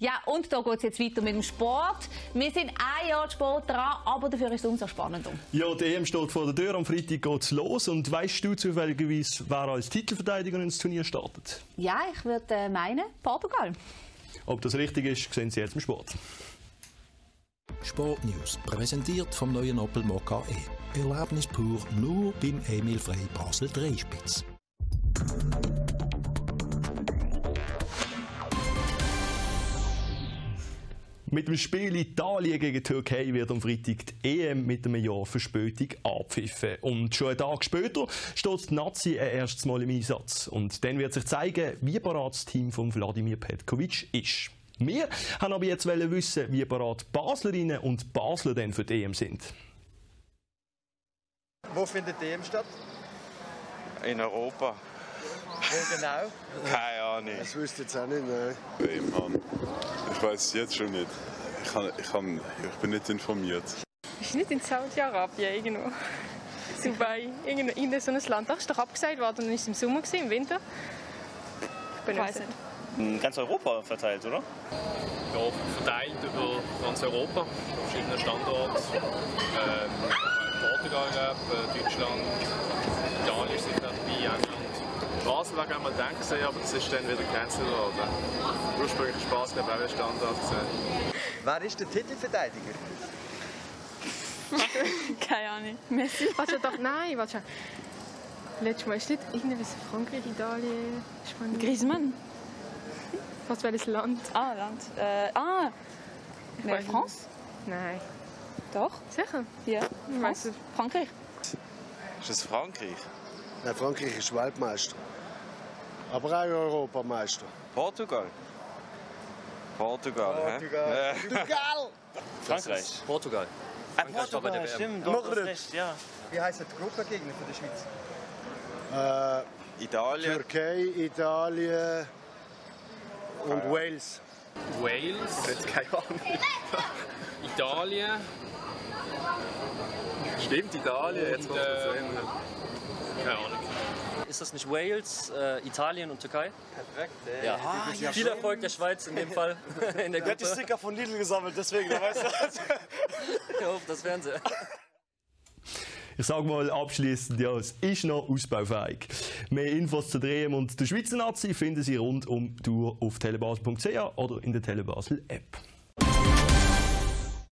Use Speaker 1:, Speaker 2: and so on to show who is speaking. Speaker 1: Ja, und da geht es jetzt weiter mit dem Sport. Wir sind ein Jahr Sport dran, aber dafür ist es umso spannender.
Speaker 2: Ja, die EM steht vor der Tür. Am Freitag geht's los. Und weißt du zufälligerweise, wer als Titelverteidiger ins Turnier startet?
Speaker 1: Ja, ich würde äh, meinen, Portugal.
Speaker 2: Ob das richtig ist, sehen Sie jetzt im Sport.
Speaker 3: Sport News, präsentiert vom neuen Opel Mokka E. Erlebnis pur nur beim Emil Frey Basel Dreispitz.
Speaker 2: Mit dem Spiel Italien gegen Türkei wird am Freitag die EM mit einem Jahr Verspätung abpfiffen. Und schon einen Tag später steht die Nazi ein erstes Mal im Einsatz. Und dann wird sich zeigen, wie bereit das Team von Wladimir Petkovic ist. Wir haben aber jetzt wissen, wie bereit Baslerinnen und Basler denn für die EM sind.
Speaker 4: Wo findet die EM statt?
Speaker 5: In Europa?
Speaker 4: Wo genau?
Speaker 5: Keine Ahnung.
Speaker 6: Das wüsste ich jetzt auch nicht, nein.
Speaker 7: Hey Mann, ich weiß es jetzt schon nicht. Ich, kann, ich, kann, ich bin nicht informiert.
Speaker 8: Ist nicht in Saudi-Arabien irgendwo. Dubai, irgend, irgend so ein Land. Das ist doch abgesagt worden und ist im Sommer, gewesen, im Winter.
Speaker 9: Ich weiß nicht.
Speaker 10: in ganz Europa verteilt, oder?
Speaker 11: Ja, verteilt über ganz Europa, verschiedene Standorte. Ähm, Portugal, äh, Deutschland, Italien sind da dabei, England. Basel wäre mal denken gesehen, aber das ist dann wieder gecancelt worden. Ursprünglich war Basel glaube ich, auch ein Standort. Gewesen.
Speaker 4: Wer ist der Titelverteidiger?
Speaker 9: Keine Ahnung. Messi.
Speaker 8: Warte Also doch, nein, warte schon. Letztes Mal ist nicht irgendwas Frankreich, Italien, Spanien.
Speaker 9: Griezmann?
Speaker 8: Was welches Land?
Speaker 9: Ah, Land. Äh, ah,
Speaker 8: Nein.
Speaker 9: France?
Speaker 8: Nein.
Speaker 9: Doch.
Speaker 8: Sicher?
Speaker 9: Ja,
Speaker 8: weiß
Speaker 9: France.
Speaker 8: es.
Speaker 9: Frankreich.
Speaker 5: Ist das Frankreich?
Speaker 6: nein Frankreich ist Weltmeister. Aber auch Europameister.
Speaker 5: Portugal? Portugal, hä? Äh.
Speaker 4: Portugal. Portugal!
Speaker 10: Frankreich.
Speaker 12: Portugal.
Speaker 10: Ah, Portugal, stimmt. Doch, das recht, ja.
Speaker 4: Wie heisst der Gruppengegner von der Schweiz?
Speaker 6: Äh,
Speaker 5: Italien?
Speaker 6: Türkei, Italien und Wales.
Speaker 11: Wales,
Speaker 12: Keine Ahnung.
Speaker 11: Italien
Speaker 12: Stimmt, Italien. Jetzt
Speaker 11: und
Speaker 12: macht es
Speaker 11: äh,
Speaker 12: Sinn.
Speaker 10: ne?
Speaker 11: keine Ahnung.
Speaker 10: Ist das nicht Wales, äh, Italien und Türkei?
Speaker 4: Perfekt,
Speaker 10: Ja. Viel Erfolg der Schweiz in dem Fall. in der
Speaker 12: Der hat die
Speaker 10: Gruppe.
Speaker 12: Sticker von Lidl gesammelt, deswegen, da weißt du das.
Speaker 10: Ich hoffe, das wären sie.
Speaker 2: Ich sage mal abschließend, ja, es ist noch ausbaufähig. Mehr Infos zu der EM und der Schweizer Nazi finden Sie rund um die Uhr auf telebasel.ch oder in der Telebasel App.